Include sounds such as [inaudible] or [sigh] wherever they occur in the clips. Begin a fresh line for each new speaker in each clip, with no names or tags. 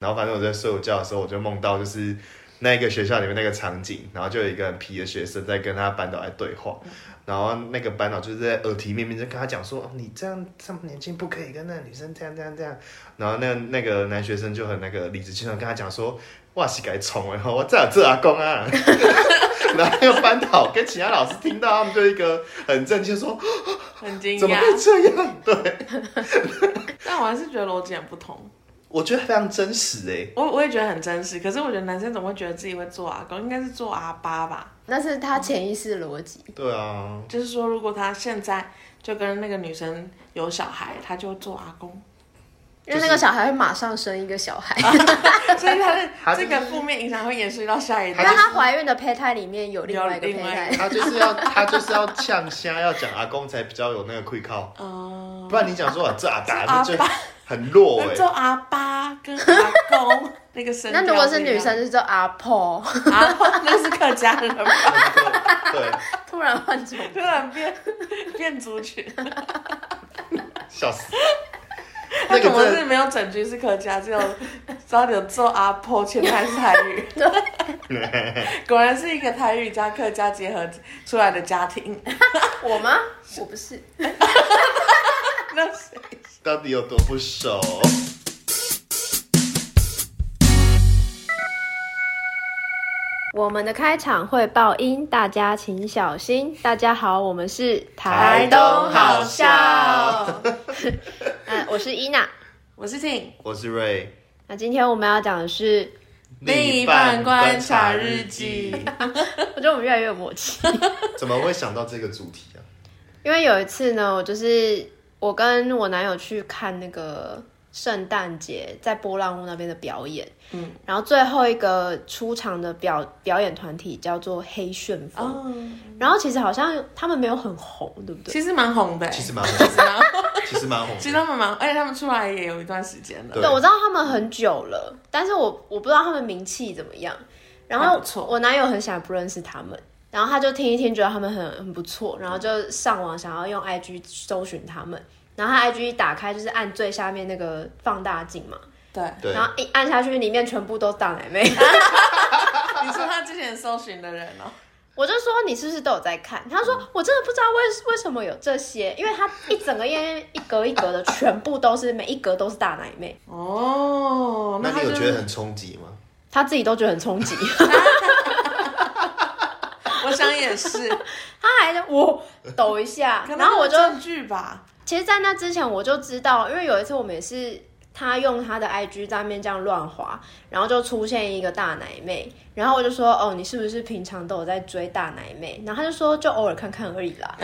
然后反正我在睡午觉的时候，我就梦到就是那一个学校里面那个场景，然后就有一个很皮的学生在跟他班导在对话，
嗯
然后那个班导就是在耳提面命就跟他讲说，哦，你这样这么年轻不可以跟那个女生这样这样这样，然后那那个男学生就很那个理直气壮跟他讲说，哇是该冲然后我这这阿公啊。 [laughs] 然后那个班导跟其他老师听到，他们就一个很震惊说：“哦
很惊
怎么会
讶，
这样？”对，
但我还是觉得逻辑很不同。
我觉得非常真实哎、
我我也觉得很真实，可是我觉得男生怎么会觉得自己会做阿公？应该是做阿八吧。
那是他潜意识逻辑。
对啊，
就是说，如果他现在就跟那个女生有小孩，他就做阿公。 [laughs]
因为那个小孩会马上生一个小孩， [laughs]
所以他的
他就是
这个负面影响会延续到下一
因
代
为。她怀孕的胚胎里面有另外一个
有
胚
另外
胎
一，
他就是要他就是要呛虾，要讲阿公才比较有那个愧靠，
嗯，
不然你讲说啊这阿达那就
这阿
很弱哎、
做阿八跟阿公那个声调
那
不一样。
如果是女生，就是叫阿婆， [laughs]
阿公那是客家人吧？
[laughs] 对，
突然换种。
[laughs] 突然变变族群，
笑死。那个
那怎么
真
是没有整句是客家，
[laughs]
只有只有做阿婆前排是台语，果然是一个台语加客家结合出来的家庭。
我吗？我不是。
那谁？
到底有多不熟？
我们的开场会爆音，大家请小心。大家好，我们是
台东好笑
嗯，我是伊娜。
我是静，
我是瑞，
那今天我们要讲的是，
另一半观察日记。
我觉得我们越来越有默契。
怎么会想到这个主题啊？
因为有一次呢，我就是我跟我男友去看那个圣诞节在波浪屋那边的表演，嗯，然后最后一个出场的表表演团体叫做黑旋风，
哦，
然后其实好像他们没有很红，对不对？
其实蛮红的欸，
其实蛮红，
然后
其实蛮红的。
其实他们蛮，而且他们出来也有一段时间了。
对
对，我知道他们很久了，但是我我不知道他们名气怎么样。然
还
后
不错
我男友很想不认识他们，然后他就听一听，觉得他们很很不错，然后就上网想要用 IG 搜寻他们。然后他 IG 一打开就是按最下面那个放大镜嘛，
对，
对
然后一按下去，里面全部都是大奶妹。 [laughs]
你说他之前搜寻的人哦，
我就说你是不是都有在看？他说我真的不知道为为什么有这些，因为他一整个页一格一格的全部都是，每一格都是大奶妹，
哦，
那
他
你有
就
觉得很冲击吗？
他自己都觉得很冲击。
我想
[laughs]
也是，，
他还在我抖一下
[laughs] 可能
然后我就
有证据吧，
其实，在那之前我就知道，因为有一次我们也是他用他的 IG 在面这样乱滑，然后就出现一个大奶妹，然后我就说哦，你是不是平常都有在追大奶妹？然后他就说就偶尔看看而已啦。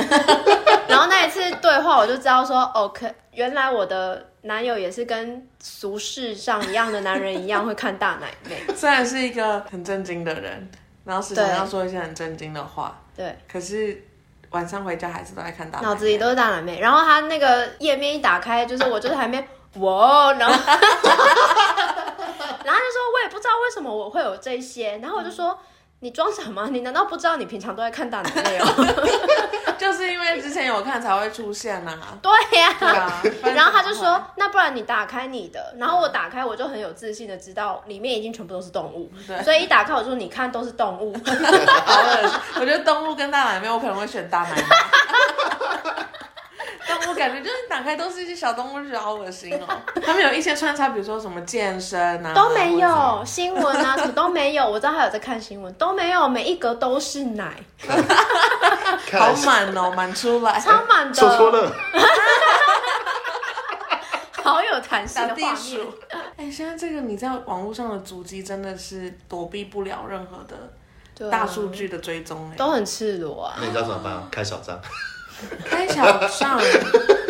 然后那一次对话我就知道说哦，可原来我的男友也是跟俗世上一样的男人一样会看大奶妹，
虽然是一个很震惊的人，然后时常
对
要说一些很震惊的话，
对。
可是晚上回家还是都在看大
脑
白
子里都是大奶妹。然后他那个页面一打开，就是我就是还没哇，哦然后然后他就说，我也不知道为什么我会有这些。然后我
嗯
就说。你装什么？你难道不知道你平常都在看大奶妹
[laughs]
哦？。
[laughs] 就是因为之前有看才会出现呐、啊
[laughs] 对呀、
对啊，
然后他就说：“那不然你打开你的。”
嗯
然后我打开，我就很有自信的知道里面已经全部都是动物，
对啊
所以一打开我说：“你看，都是动
[laughs]
物。
好恶心我觉得动物跟大奶妹，我可能会选大奶
[laughs]
妹。动物感觉就是打开都是一些小动物，就觉得好恶心哦。他们有一些穿插，比如说什么健身啊，”
都没
或
有新闻啊，什么都没有。我知道他有在看新闻，都没有，每一格都是
[laughs]
奶，
者是，
看来
好满哦，满出来，
超满的。
说错了，
好有弹性
打
的
地
画面
鼠。。哎、现在这个你在网络上的足迹真的是躲避不了任何的
对啊
大数据的追踪哎、
都很赤裸啊。
那你知道怎么办吗？开小张。
开小账，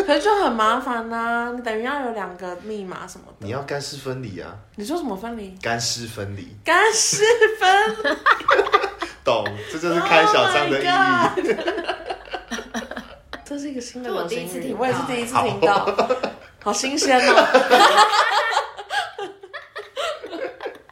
可是就很麻烦呐、你等于要有两个密码什么的。
你要干湿分离啊，
你说什么分离？
干湿分离，
干湿分，
懂？这就是开小张的意
Oh
义。
[laughs] 这是一个新的
这我
流行
第一次
语
听
我也是
到
第一次听到，好新鲜哦。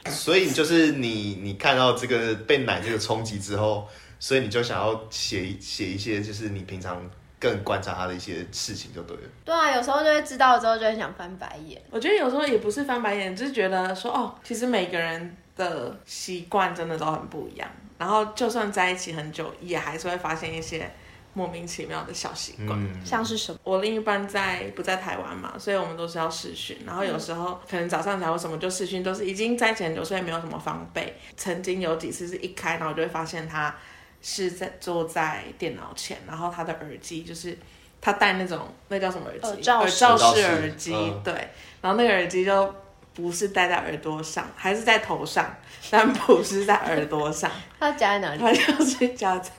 所以就是你，你看到这个被奶这个冲击之后，所以你就想要写一写一些，就是你平常更观察他的一些事情就对了。
对啊，有时候就会知道之后就会想翻白眼。
我觉得有时候也不是翻白眼，就是觉得说哦，其实每个人的习惯真的都很不一样，然后就算在一起很久，也还是会发现一些莫名其妙的小习惯。
嗯，
像是什么？
我另一半在不在台湾嘛，所以我们都是要视讯，然后有时候可能早上起来或什么就视讯，都是已经在一起很久，所以没有什么防备。曾经有几次是一开，然后我就会发现他是在坐在电脑前，然后他的耳机就是他戴那种那叫什么耳机？
耳
呃
罩式
罩
耳罩式
式耳机，
嗯
对，然后那个耳机就。不是戴在耳朵上，还是在头上，但不是在耳朵上，
它夹在哪 [laughs] 里？
它就是夹在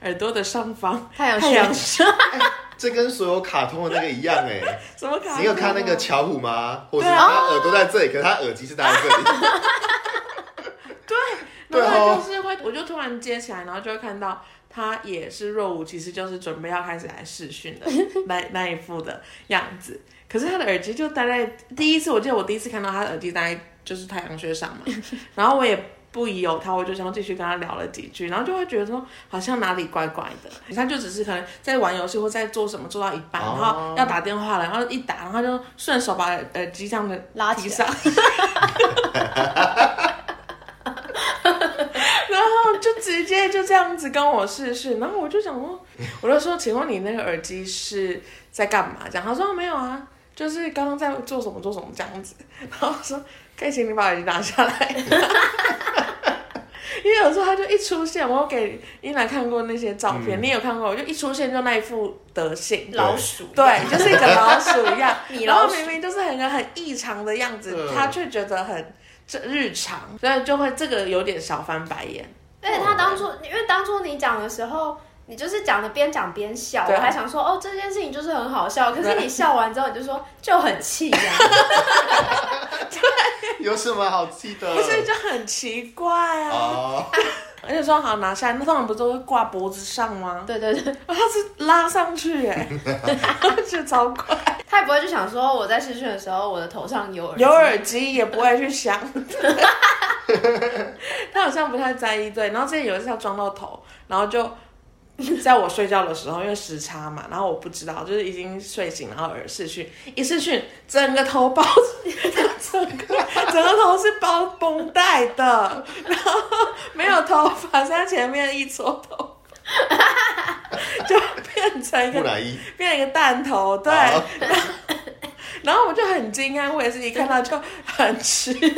耳朵的上方。
太
[laughs]
阳
太阳
穴。
穴
这跟所有卡通的那个一样哎、
[laughs] 什么卡？
你有看那个巧虎吗？或者
对
是
啊
他耳朵在这里，可是他耳机是戴在这里。 [laughs] 对
然后
哦
就是会，我就突然接起来，然后就会看到他也是若无其事，就是准备要开始来试训
[laughs]
的那那一副的样子。可是他的耳机就戴在第一次，我记得我第一次看到他的耳机戴在就是太阳穴上
[laughs]
嘛，然后我也不疑有他，我就想要继续跟他聊了几句，然后就会觉得说好像哪里怪怪的，他就只是可能在玩游戏或在做什么做到一半，
哦
然后要打电话了，然后一打，然后就顺手把耳机这样的
拉
提
起来
上， [laughs] 然后就直接就这样子跟我试试，然后我就想说，我就说，请问你那个耳机是在干嘛？这样，他说没有啊，就是刚刚在做什么做什么这样子。然后我说，可以请你把耳机拿下来。 [laughs] 因为有时候他就一出现，我有给伊娜看过那些照片，你有看过？我就一出现就那一副德性，
老鼠。。
对，就是一个老鼠一样
[laughs] 米
然
老
后
鼠
明明就是很一个很异常的样子，
嗯
他却觉得很这日常，所以就会这个有点小翻白眼。
而且他当初，因为当初你讲的时候，你就是讲的边讲边笑，
对
我还想说哦，这件事情就是很好笑。可是
对
你笑完之后，你就说就很气 [laughs] 呀、
有什么好记的？
不是就很奇怪啊！
哦，
而且说好拿下来，那通常不是都会挂脖子上
[laughs]
吗？
对对对，
啊，他是拉上去哎、 [laughs] 我觉得超怪。
他也不会就想说我在试训的时候，我的头上 [laughs] 有耳
有
耳
耳机也不会去想，他好像不太在意对。然后之前有一次他撞到头，然后就在我睡觉的时候，因为时差嘛，然后我不知道，就是已经睡醒，然后耳视讯一视讯，整个头包，整个整个头是包绷带的，然后没有头发，是他前面一撮头 [laughs] 发，就变成一
木
个
乃伊。
变成一个弹头， [laughs] 对。
哦
然后我就很惊讶，我也是一看到就很吃惊，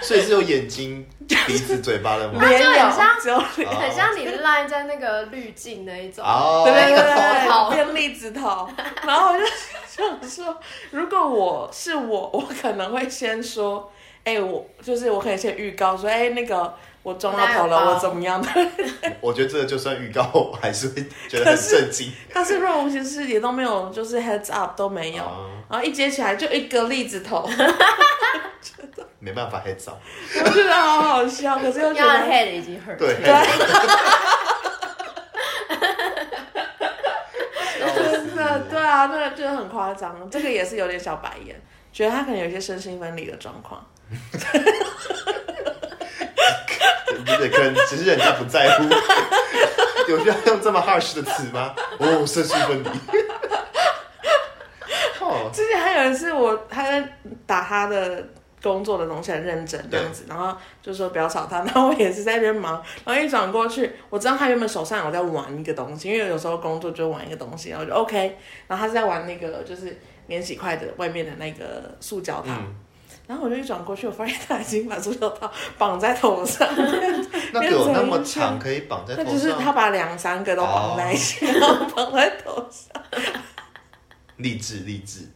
所以是有眼睛、鼻子、嘴巴的吗？
[laughs] 脸
就很
有
像
只有脸，
哦
很像你赖在那个滤镜那一种。
哦，
对对对
那个头套
对，变栗子头。然后我就想说，如果我是我，我可能会先说，哎、我就是我可以先预告说，哎、那个我撞到头
我哪有
了，
包
我怎么样的。 [laughs]
我觉得这个就算预告，我还是会觉得很震惊。
但是若无其事也都没有，就是 heads up 都没有，
哦
然后一接起来就一个栗子头， [laughs]
没办法，还早。
我觉得好好笑，可是又觉
要
得
head 已经 hurt，
对，
对
还早
真的，对啊，那个就是很夸张，这个也是有点小白眼，觉得他可能有一些身心分离的状况。
对，可能只是人家不在乎。 [laughs] 有需要用这么 harsh 的词吗？哦，社区分离。 [laughs] 哦，
之前还有一次我，他在打他的工作的东西很认真这样子，然后就说不要吵他，然后我也是在那边忙，然后一转过去，我知道他原本手上有在玩一个东西，因为有时候工作就玩一个东西，然后我就 OK，然后他是在玩那个就是免洗筷的外面的那个塑胶套。
嗯
然后我就一转过去，我发现他已经把塑胶套绑在头上，
那个有那么长，可以绑在
那
头上？
就是他把两三个都绑在一起，然后绑在头上，
励志励志，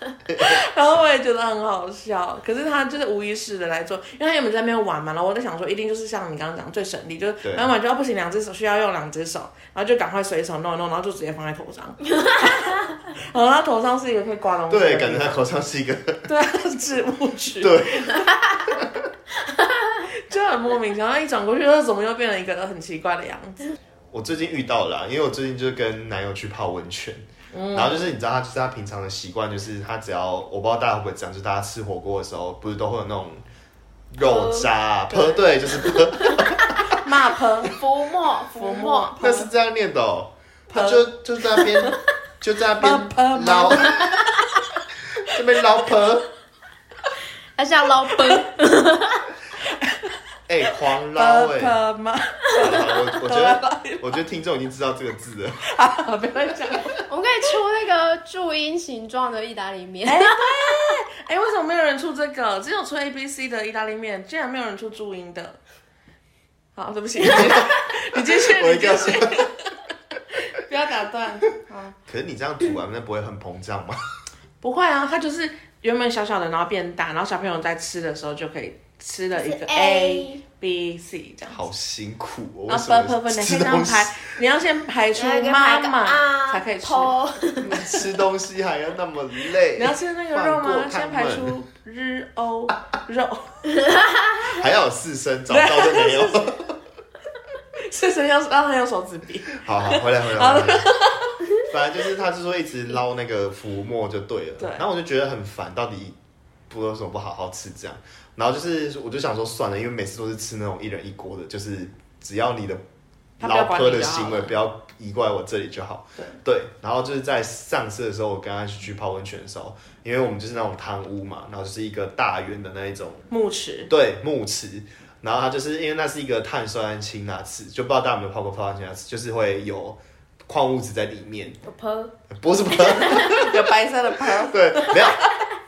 [laughs] 然后我也觉得很好笑。可是他就是无意识的来做，因为他原本在那边玩嘛，然后我在想说，一定就是像你刚刚讲最省力，就是
对
玩玩就要不行，两只手需要用两只手，然后就赶快随手弄一弄，然后就直接放在头上。
[laughs]
然后他头上是一个可以挂东西的地
对，
方，
感觉他头上是一个，
对啊，置物区，
对，
[laughs] 就很莫名其妙。一转过去，他怎么又变成一个很奇怪的样子？
我最近遇到了啦，因为我最近就是跟男友去泡温泉，
嗯
然后就是你知道他就是他平常的习惯，就是他只要我不知道大家会不会这样，就是大家吃火锅的时候，不是都会有那种肉渣啊，
对
[laughs] 泼对，就是泼，
骂喷，
浮沫，浮沫，
那是这样念的哦。他
呃
就就在那边就在那边
[laughs]
捞，这边捞婆，
还是要捞崩。
哎、狂
爸
捞哎、
爸妈，
我我觉得我觉得听众已经知道这个字了，
啊， [laughs] 不要再讲。
[laughs] 我们可以出那个注音形状的意大利面。
[laughs]
[laughs]
哎、为什么没有人出这个？只有出 A B C 的意大利面，竟然没有人出注音的。好，对不起，你继续，
我
你
一定要
继续，不要打断。好，
可是你这样煮完，那不会很膨胀吗？
不会啊，它就是原本小小的，然后变大，然后小朋友在吃的时候就可以吃了一
是
个
A
A B C 这样子。
好辛苦哦，为
然后
什么
分分分，你可
吃
以这样
东西
排，你要先排出
哎
妈
啊
妈才可以吃。
剖
吃东西还要那么累
你？要吃那个肉
放过
吗？
他
先排
们
出日欧肉，
[laughs]
[laughs]
还要有四声，找到都没有。
[laughs] 是谁要让他用手指比？
好好，回来回来回来。反正就是他是说一直捞那个浮沫就对了，
对
然后我就觉得很烦，到底不为什么不好好吃这样？然后就是我就想说算了，因为每次都是吃那种一人一锅的，就是只要你的
他不要
捞
管
哥
你
的
就好
行为
了
不要移过来我这里就好。
对
对，然后就是在上次的时候，我跟他去泡温泉的时候，因为我们就是那种汤屋嘛，然后就是一个大圆的那一种
木池，
对，木池。然后它就是因为那是一个碳酸氢钠池，就不知道大家有没有泡过碳酸氢钠池，就是会有矿物质在里面，
剖
[laughs] 不是不
有白色的泡，
对，没有。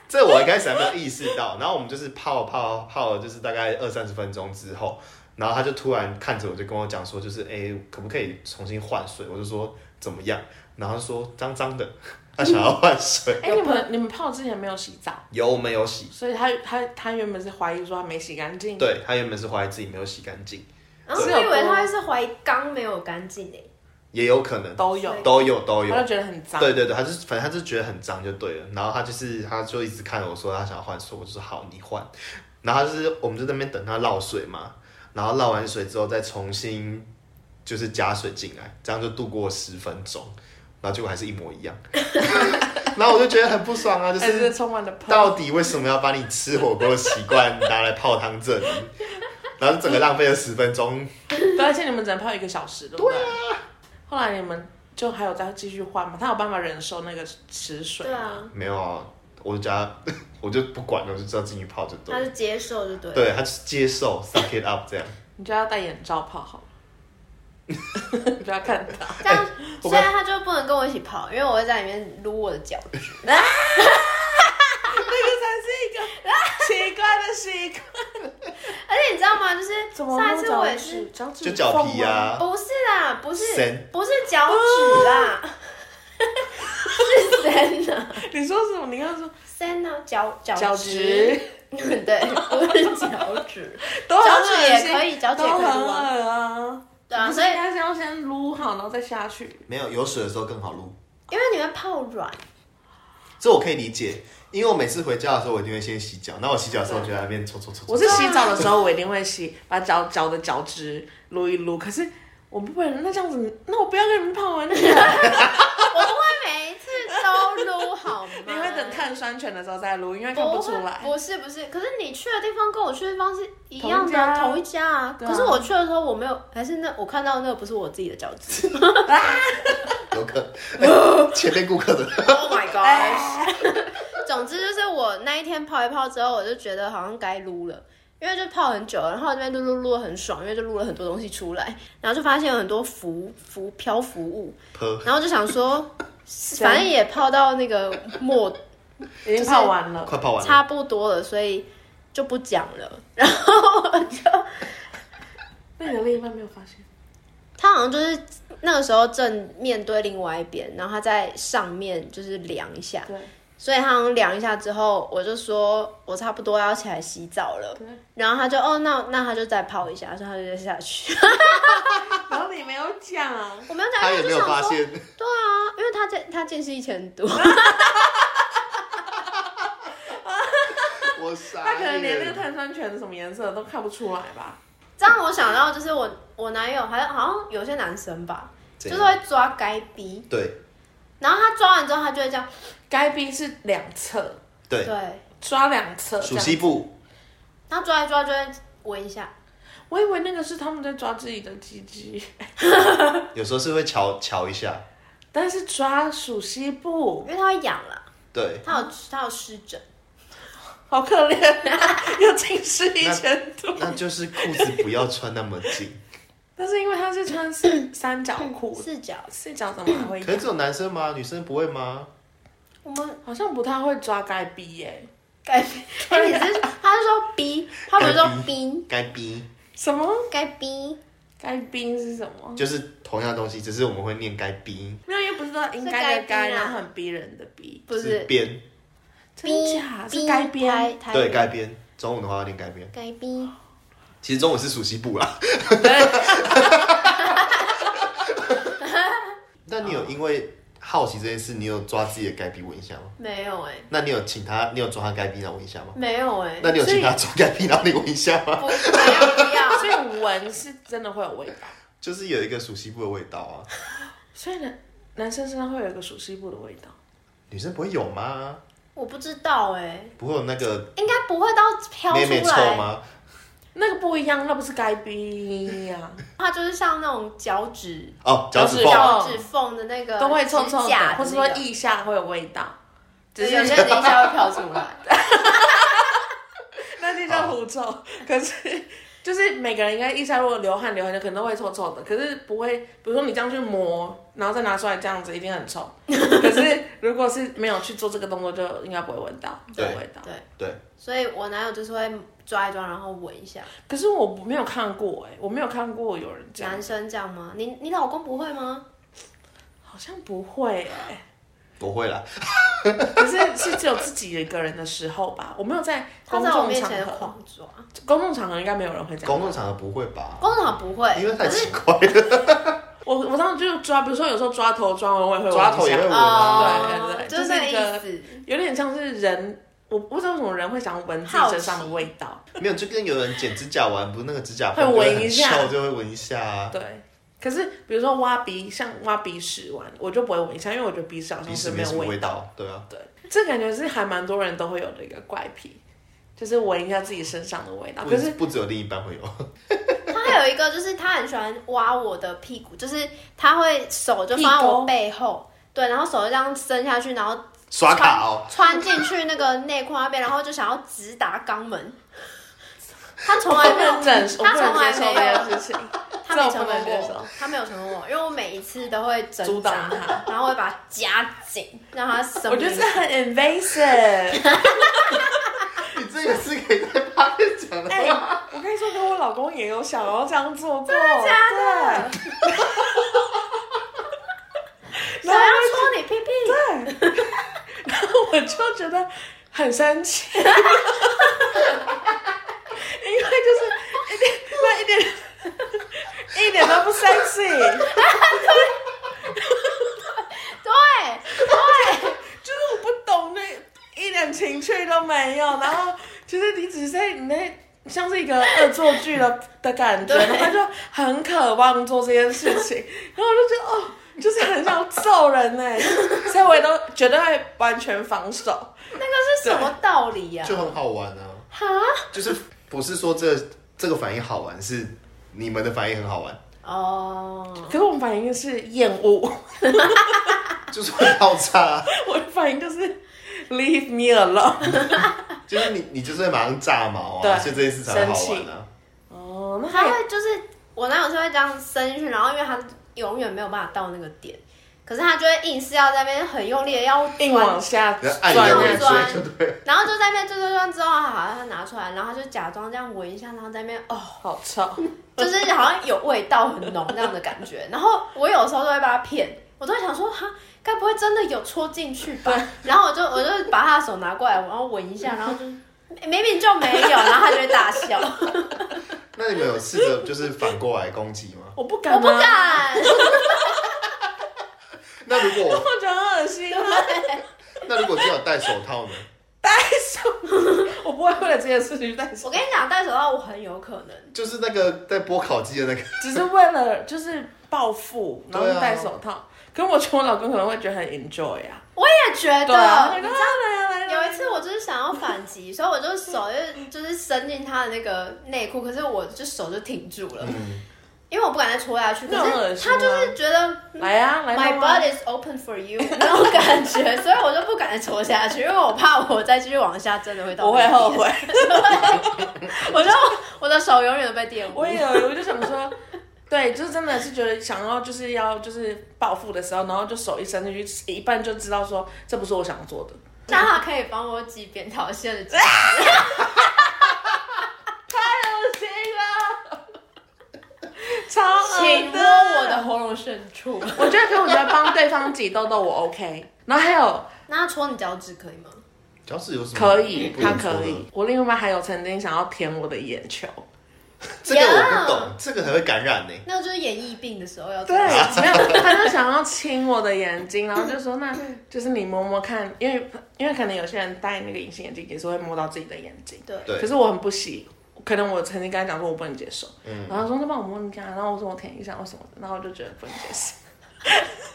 这我一开始还没有意识到，然后我们就是泡泡泡了，就是大概二三十分钟之后，然后他就突然看着我，就跟我讲说，就是哎，可不可以重新换水？我就说怎么样？然后他说脏脏的，他想要换水。 [laughs]
哎、你们你们泡之前没有洗澡，
有我们有洗，
所以他他他原本是怀疑说他没洗干净。，
对他原本是怀疑自己没有洗干净，
然后我
是有
以为
多
他是怀疑缸没有干净欸诶，
也有可能
都有，
都有都有
他。就觉得很脏。
对对对，他就是反正他就觉得很脏就对了。然后他就是他就一直看着我说他想要换水，我就说好你换。然后他就是我们就在那边等他绕水嘛，然后绕完水之后再重新就是加水进来，这样就度过十分钟。然后结果还是一模 [laughs] 一样，然后我就觉得很不爽啊，就
还
是
是哎充满了泡。
到底为什么要把你吃火锅的习惯拿来泡汤这里？然后整个浪费了十分钟，
对，而且你们只能泡一个小时，对不对？
啊
后来你们就还有再继续换嘛？他有办法忍受那个池水
对
吗？
啊，
没有啊，我就加 [laughs] 我就不管了，我就知道进去泡就对了
他。是接受就对了。
对，他就是接受 suck it up 这样。
你就要戴眼罩
[laughs]
泡好了，不要看他。
这样
我
虽然他就不能跟我一起跑，因为我会在里面撸我的脚。
那个才 [laughs] 是一个奇怪的习惯。
而且你知道吗？就是
怎么
上一次我也是，
脚趾
就脚皮啊
不是啦，不是
神
不是脚趾啦， [laughs] 是伸呢，
缝吗你说什么？你刚刚说
伸呢，哦脚啊脚
脚
趾，
趾
[laughs] 对，不是脚趾，
都很恶心
脚趾也可以脚趾也可以
都很
撸啊
恶啊。
对啊，
不是
所以
应该是要先撸好，然后再下去。
没有有水的时候更好撸，
因为你会泡软，
这我可以理解，因为我每次回家的时候，我一定会先洗脚。那我洗脚的时候，我就在那边搓搓搓
我
搓。
是洗澡的时候，我一定会洗，把脚脚的脚趾撸一撸。可是我不会，那这样子，那我不要跟你们泡完泉，[laughs]
[laughs] 我不会每一次都撸好吗？
你会等碳酸泉的时候再撸，因为看
不
不出
会
来。
不是不是，可是你去的地方跟我去的地方是一样
同一
的
家
啊，
啊
同一家啊。
对啊
可是我去的时候我没有，还是那我看到那个不是我自己的脚
[laughs]
趾。
游客，
[laughs]
哎前面顾客的 [laughs]
Oh my god！
哎，
[laughs] 总之就是我那一天泡一泡之后，我就觉得好像该撸了。因为就泡很久，然后那边撸撸撸得很爽，因为就撸了很多东西出来，然后就发现有很多浮 [laughs] 浮漂浮物，
泼，
然后就想说，反正也泡到那个末
已经泡完了。
快泡完了。
差不多了，所以就不讲了。 [laughs] 然后我就
那你的另一半没有发现？ [laughs]
他好像就是那个时候正面对另外一边，然后他在上面就是量一下，
对，
所以他好像量一下之后，我就说我差不多要起来洗澡了
对，
然后他就哦那那他就再泡一下，所以他就再下
[laughs]
去。
然后你没有讲啊。
我没有讲，
他
因
也
为
没
我就
有发
想说，
现，
[laughs] 对啊，因为他见他见识一千多， [laughs]
我傻眼。
他可能连那个碳酸泉什么颜色都看不出来吧？
这让我想到就是我我男友好像好像有些男生吧，
怎
就
样
是会抓该逼，
对
然后他抓完之后他就会这样，
该冰是两侧，
对，
对，
抓两侧，
属西部
然后抓一抓就会闻一下，
我以为那个是他们在抓自己的鸡鸡，
有时候是会瞧瞧一下，
但是抓属西部
因，为它会痒啦，
对，
它有它有湿疹，
好可怜、啊， [laughs] 又近视一千度。
那就是裤子不要穿那么紧。
但是因为他
[coughs]
是穿四三角裤，
四角。
四角怎么还会
可是
痒
只？有男生吗？女生不会吗？
我们
好像不太会抓该逼耶。
该，哎，你是他是说逼，他不是说冰，
该逼
什么？
该逼，
该逼是什么？
就是同样东西，只是我们会念该逼，
没有，又不是说应该的
是该
该，
逼啊
然后很逼人的逼。
不
是
是
边，
真
逼
假？是
逼
该啊编。哦
台台
对，该边。中文的话要念该边，
该逼，
其实中文是属西部
[laughs]
啦。那你有因为好奇这件事，你有抓自己的该逼闻一下吗？
没有哎，
那你有请他，你有抓他该逼然后闻一下吗？
没有哎，
那你有请他抓该逼然后你闻一下吗？
不不要不要，
所以闻是真的会有味道，
就是有一个属西部的味道啊，
所以男男生身上会有一个属西部的味道。
女生不会有吗？
我不知道哎、
不会有那个
应该不会到飘出
妹
来。
妹臭吗？
那个不一样，那不是该逼啊呀、
它就是像那种脚趾
哦，脚趾
脚
缝啊，
趾
脚趾缝的那个
都会臭臭
指
的
甲，
或是说腋下会有味道，
只
只
有
是
些
[laughs]
人一下会飘出来。
那就叫狐臭。可是就是每个人应该腋下如果流汗流很久，可能都会臭臭的，可是不会，比如说你这样去磨，然后再拿出来这样子，一定很臭。
[laughs]
可是如果是没有去做这个动作，就应该不会闻到这个
对
味道。
对，
对，
所以我男友就是会抓一抓，然后闻一下。
可是我没有看过哎、我没有看过有人这样
男，生这样吗？你你老公不会吗？
好像不会哎、
我会啦。
可是是只有自己一个人的时候吧，我没有在
他
公
在我
众
面
场
前
合，
狂抓，
公众场合应该没有人会这样。
公共场合不会吧？
工厂不会，
因为太
可是
奇怪了，
我我当时就抓，比如说有时候抓头抓完我也会
抓头也会
闻一
闻
下
啊。
哦
对对对
就
就
是
是一
那
个
个意思。
有点像是人，我我不知道为什么人会想闻自己身上的味道，
没有，就跟有人剪指甲玩，不是那个指甲
会闻一下
臭就会闻一下啊。
对。可是比如说挖鼻，像挖鼻屎玩，我就不会闻一下，因为我觉得鼻屎好
鼻
像
屎
是
没
没
什
有
么味
味道。
道，对啊，
对，这感觉是还蛮多人都会有的一个怪癖，就是闻一下自己身上的味道。
不
可是
不只有另一半会有，
他还有一个就是他很喜欢挖我的屁股，就是他会手就放在
屁
我
股
背后，对，然后手就这样伸下去，然后
刷卡哦，
穿进去那个内裤那边，然后就想要直达肛门。他从来没有
我 [laughs] 不能，忍受，我
他
不
从来
能接受
没
这
有，
件事情。
他没
这
成
我不能
功
接
过
受，
他没有成功过，因为我每一次都会挣
阻
扎
挡他，
然后会把它夹紧，让他生。
我觉得这很 invasive。
你这个是可以在
[laughs]
旁边讲的
哎、
吗。
我跟你说，跟我老公也有想要这样做过，真的假的？ [laughs]
想要戳你屁屁，
[laughs] 然后我就觉得很生气，因为就是一点那一点一点都不 sexy，
对，
就是我不懂那一点情趣都没有，然后就是你只是在你那。像是一个恶作剧的的感觉，
对
然后他就很渴望做这件事情，然后我就觉得哦，就是很想揍人哎、所以我也都绝对会完全防守。
那个是什么道理呀、
就很好玩啊。
哈，
就是不是说这这个反应好玩，是你们的反应很好玩，
哦，
可是我们反应是厌恶，
就是会爆炸啊、
[laughs] 我的反应就是 leave me alone。
就是你你就是会马上炸毛啊，
对
所以这件事才会好玩啊。
哦，那
他
还
会就是我男友是会这样伸进去，然后因为他永远没有办法到那个点，可是他就会硬是要在那边很用力的要
硬
钻
往下
然后按你
钻
的尾
钻
椎，就对了，啊
然后就在那边转转转之后，好像他拿出来，然后他就假装这样闻一下，然后在那边哦，
好臭。
就是好像有味道很浓那样的感觉。然后我有时候都会把他骗，我都会想说哈，该不会真的有戳进去吧？然后我就我就把他的手拿过来，然后闻一下，然后就明明就没有，然后他就会大笑， [laughs] 我
那你们有试着就是反过来攻击吗？
我不敢、啊，
不，敢。
那如果
我觉得很恶心啊！
那如果只有戴手套呢？
戴手，我不会为了这件事情去戴
我
手，
跟你讲，戴手套我很有可能，
就是那个在剥烤鸡的那个， [laughs]
只是为了就是报复，然后
对啊
戴手套。可我觉得我老公可能会觉得很 enjoy 啊。
我也觉
对啊，
得，你知道
来来啊来，
有一次我就是想要反击，所以我就手就就是伸进他的那个内裤，可是我就手就停住了，因为我不敢再戳下去。可
那很恶
是
心
他
啊
就是觉得
来啊来
my
弄啊
butt is open for you [laughs] 那种感觉，所以我就不敢再戳下去，因为我怕我再继续往下真的会到。
我会后悔。。
[laughs] 我就我的手永远都被玷污
我。也有，我就想说， [laughs] 对，就是真的是觉得想要就是要就是报复的时候，然后就手一伸进去，一半就知道说这不是我想做的。
那他可以帮我挤扁桃腺
[laughs]
的肌肉。
啊太恶心了，超恶
请
心
摸我的。喉咙深处。
我觉得，可是我觉得帮对方挤痘痘我 OK，然后还有
嗯
那他戳你脚趾可以吗？
脚趾有什么？
可以，
不
他
能说的
可以。。我另一半还有曾经想要舔我的眼球，
这个我不懂，这个还会感染呢、
那就是演疫病的时候要
对，没有，他就想要亲我的眼睛，然后就说那就是你摸摸看，因为因为可能有些人戴那个隐形眼镜也是会摸到自己的眼睛，
对
对
可是我很不喜，可能我曾经跟他讲说我不能接受，然后他说那帮我摸你看，然后我说我舔一下为什么，然后我就觉得不能接受， [laughs]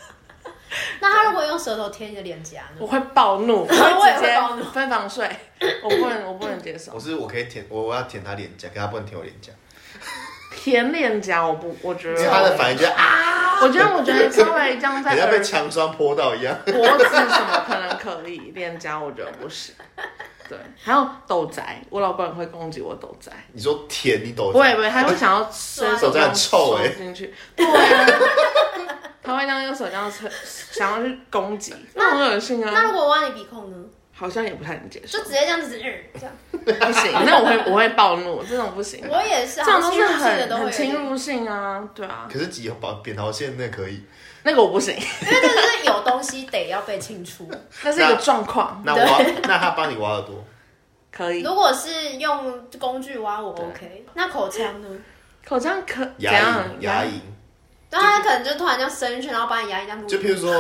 那他如果用舌头贴你的脸颊
我
呢？
会暴怒，我
我
会
也
直
会暴怒
接分房睡，我不能我不能接受
我，是我可以舔，我我要舔他脸颊，可他不能舔我脸颊，
舔脸颊我不，我觉
因
得
为他的反应就是啊，
我觉得我觉得稍微这样在
好像
耳
被强霜泼到一样。
脖子什么可能可以，脸颊我觉得不是。对，还有斗宅，我老公也会攻击我斗宅，
你说舔你抖，
不会不会，他会想
[laughs]
要伸手
手这样臭欸
进去，对啊， [laughs] 他会这样用手这样伸，想要去攻击，那很恶心
那
啊，
如果我挖你鼻孔呢？
好像也不太能接受
就，直接这样子，嗯这样。
不行，那我会我会暴怒，这种不行，
我也是，
这种都
好
是
侵入性啊的
很
都会有
很侵
点，
入性啊，对啊，
可是挤把扁桃腺那可以，
那个我不行，
因为这就是有东西得要被清除。
那是一个状况，
那挖那他帮你挖耳朵，
可以，
如果是用工具挖，我
对
OK。那口腔呢？
口腔可怎
牙
样
龈牙龈，
然后他可能就突然就伸进去，然后把你牙龈这样撸
就譬如说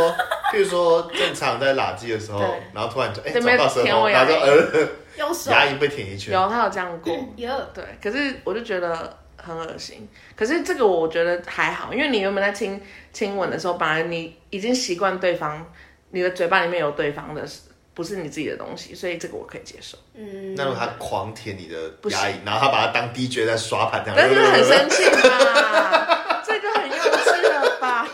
譬如说正常在拉鸡的时候
对，
然后突然就哎
这
找
边
到舌
舔
头，
我牙
然后就呃
用手。
牙龈被舔一圈，
有他有这样过。
哟，
对，可是我就觉得很恶心。可是这个我觉得还好，因为你原本在亲亲吻的时候，本来你已经习惯对方，你的嘴巴里面有对方的，不是你自己的东西，所以这个我可以接受。
嗯，
那如果他狂舔你的
不行
牙龈，然后他把它当 DJ 在刷盘这样，
但是很生气吧？这就很幼稚了吧？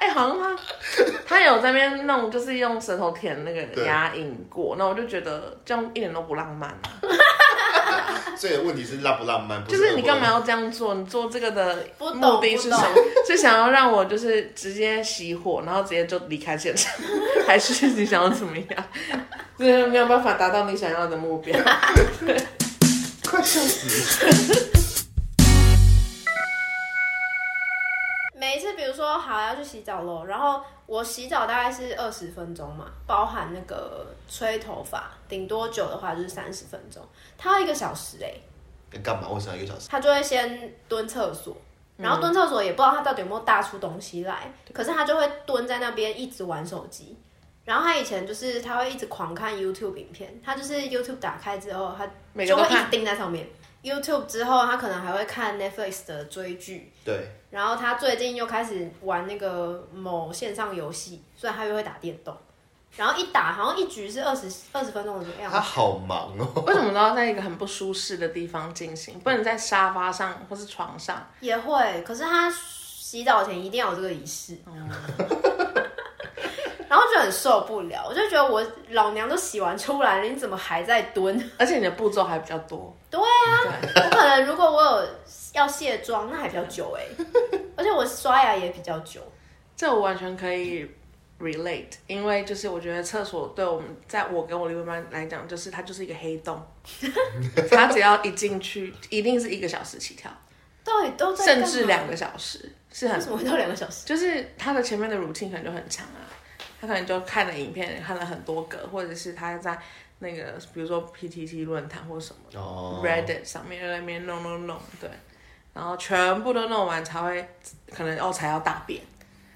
哎、好像他他有在那边弄，就是用舌头舔那个
对
牙龈过，那我就觉得这样一点都不浪漫、啊。
所以问题是浪不浪漫，不
就是你
恶不
干嘛
恶
要这样做？你做这个的
不懂
目的是
不
什
懂
么？是想要让我就是直接熄火，然后直接就离开现场，还是你想要怎么样？就是 [laughs] 没有办法达到你想要的目 [laughs] 标。
快笑死！
每一次，比如说好要去洗澡喽，然后我洗澡大概是二十分钟嘛，包含那个吹头发，顶多久的话就是三十分钟，他要一个小时哎、
你干嘛？为什么要一个小时？
他就会先蹲厕所，然后蹲厕所也不知道他到底有没有大出东西来，可是他就会蹲在那边一直玩手机。然后他以前就是他会一直狂看 YouTube 影片，他就是 YouTube 打开之后，他
每个
就
都
会一
看
直盯在上面。YouTube 之后，他可能还会看 Netflix 的追剧，
对，
然后他最近又开始玩那个某线上游戏，所以他又会打电动。然后一打好像一局是二十二十分钟的样
他
子，
好忙
[laughs]
哦。
为什么都要在一个很不舒适的地方进行？不能在沙发上或是床上？
也会。可是他洗澡前一定要有这个仪式，
嗯
然后就很受不了。我就觉得我老娘都洗完出来了，你怎么还在蹲？
而且你的步骤还比较多。
对啊，我可能如果我有要卸妆，那还比较久哎、而且我刷牙也比较久。
这我完全可以 relate，因为就是我觉得厕所对我们，在我跟我另一半来讲，就是它就是一个黑洞，他只要一进去，一定是一个小时起跳，
到底哦都在干
甚
嘛
至两个小时，是
为
很
什么会到两个小时？
就是他的前面的 routine 可能就很长啊，他可能就看了影片，看了很多个，或者是他在那个比如说 PTT 论坛或什么。
哦
Reddit 上面在那边弄弄弄，对，然后全部都弄完才会，可能哦才要大便，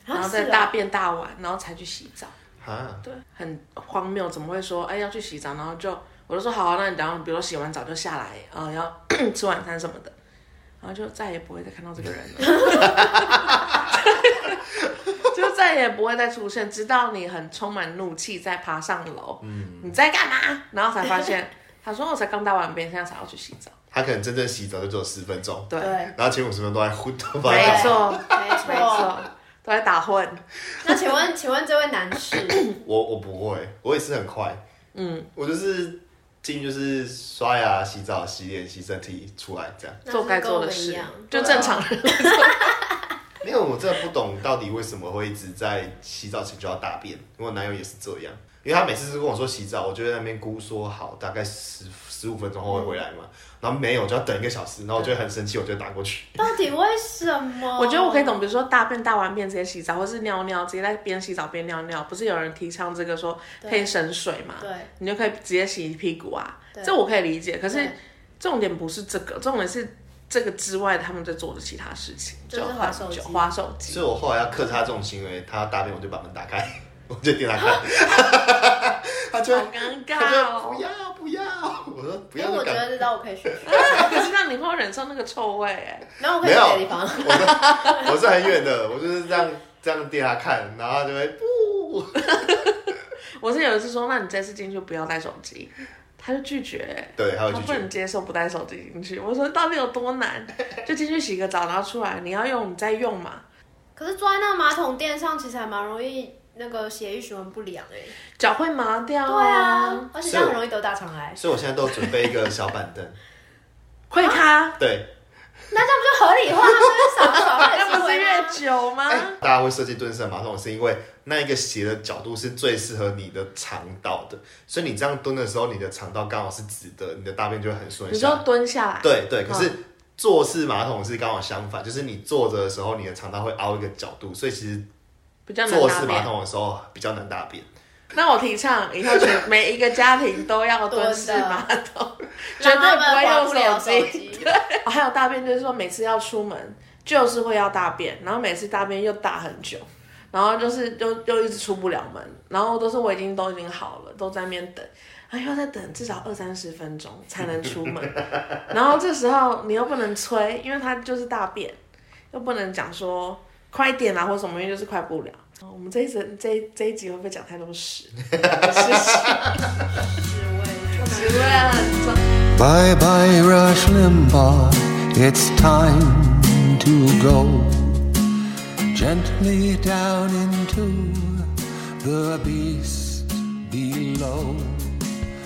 啊
然后再
是哦
大便大完，然后才去洗澡，
哈，
对，很荒谬，怎么会说哎要去洗澡，然 [coughs] 后就我就说好、啊，那你等下比如说洗完澡就下来，呃要吃晚餐什么的，然后就再也不会再看到这个人了， [laughs] 就再也不会再出现，直到你很充满怒气再爬上楼，你在干嘛？然后才发现，他说我才刚大完便，现在才要去洗澡，
他可能真正洗澡就只有十分钟，
对，
对，
然后前五十分钟都在混头发。
没错，
没
没
错。
错，都在打混，
那请问，请问这位男士，
我我不会，我也是很快，
嗯，
我就是进去就是刷牙、洗澡、洗脸、洗身体出来这样。
[coughs] 做该做的事
那是跟我们一样，
就正常人，
没有，我真的不懂到底为什么会一直在洗澡前就要大便。我男友也是这样，因为他每次是跟我说洗澡，我就在那边估说好大概十十五分钟后会回来嘛，然后没有就要等一个小时，然后我就会很生气，我就打过去。
到底为什么？
我觉得我可以懂，比如说大便大完便直接洗澡，或是尿尿直接在边洗澡边尿尿，不是有人提倡这个说
对
可以省水嘛？
对，
你就可以直接洗屁股啊，
对
这我可以理解。可是
对
重点不是这个，重点是这个之外他们在做的其他事情，
就是
很
滑手机
久滑手机。
所以我后来要克制他这种行为，他要大便我就把门打开， [laughs] 我就给他看， [laughs] 他 [laughs] 就
好
会
尴
他就
尬
会不！
哦哎
要不要，我说不
因
要
为哎
就
我觉
赶
得这招我可
[laughs]
以学，
[laughs] 可是让你会忍受那个臭味哎，
然后我可以
没
去
有
别的地方。
我是我是很远的，我就是这样这样盯他看，然后他就会不。
我是有一次说，那你这次进去不要带手机，他就拒绝欸。
对，还有
他
拒
不能
绝，
接受不带手机进去，我说到底有多难？ [laughs] 就进去洗个澡，然后出来，你要用你再用嘛。
可是坐在那个马桶垫上，其实还蛮容易那个血液循环不良哎、
脚会麻掉、
对
哦
啊，，而且这样很容易得大肠癌，
所以我现在都准备一个小板凳，
会
啊
卡，
对，
那这样不就合理化他们少少
[laughs] 那
会
不是
行为
越
吗？
久吗？
哎大家会设计蹲式的马桶，是因为那一个斜的角度是最适合你的肠道的，所以你这样蹲的时候，你的肠道刚好是直的，你的大便就会很顺
你
下
说
来。
蹲下来，
对对，可是坐式马桶是刚好相反，就是你坐着的时候，你的肠道会凹一个角度，所以其实
比较难
坐
大
式马
便。
桶的时候比较难大便。
那我提倡以后全每一个家庭都要蹲式马桶，绝对
让他们划
不
不
会用
了
手
手
机。
机，
哦还有大便，就是说每次要出门就是会要大便，然后每次大便又大很久，然后就是又又一直出不了门，然后都是我已经都已经好了，都在那边等，啊又在等至少二三十分钟才能出门，然后这时候你又不能催，因为他就是大便，又不能讲说快点啊或什么，因为就是快不了。哦我们这一集这一这一集会不会讲太多屎？屎
只为
屎味很重。
Bye bye, Rush Limbaugh. It's time to go gently down into the beast below.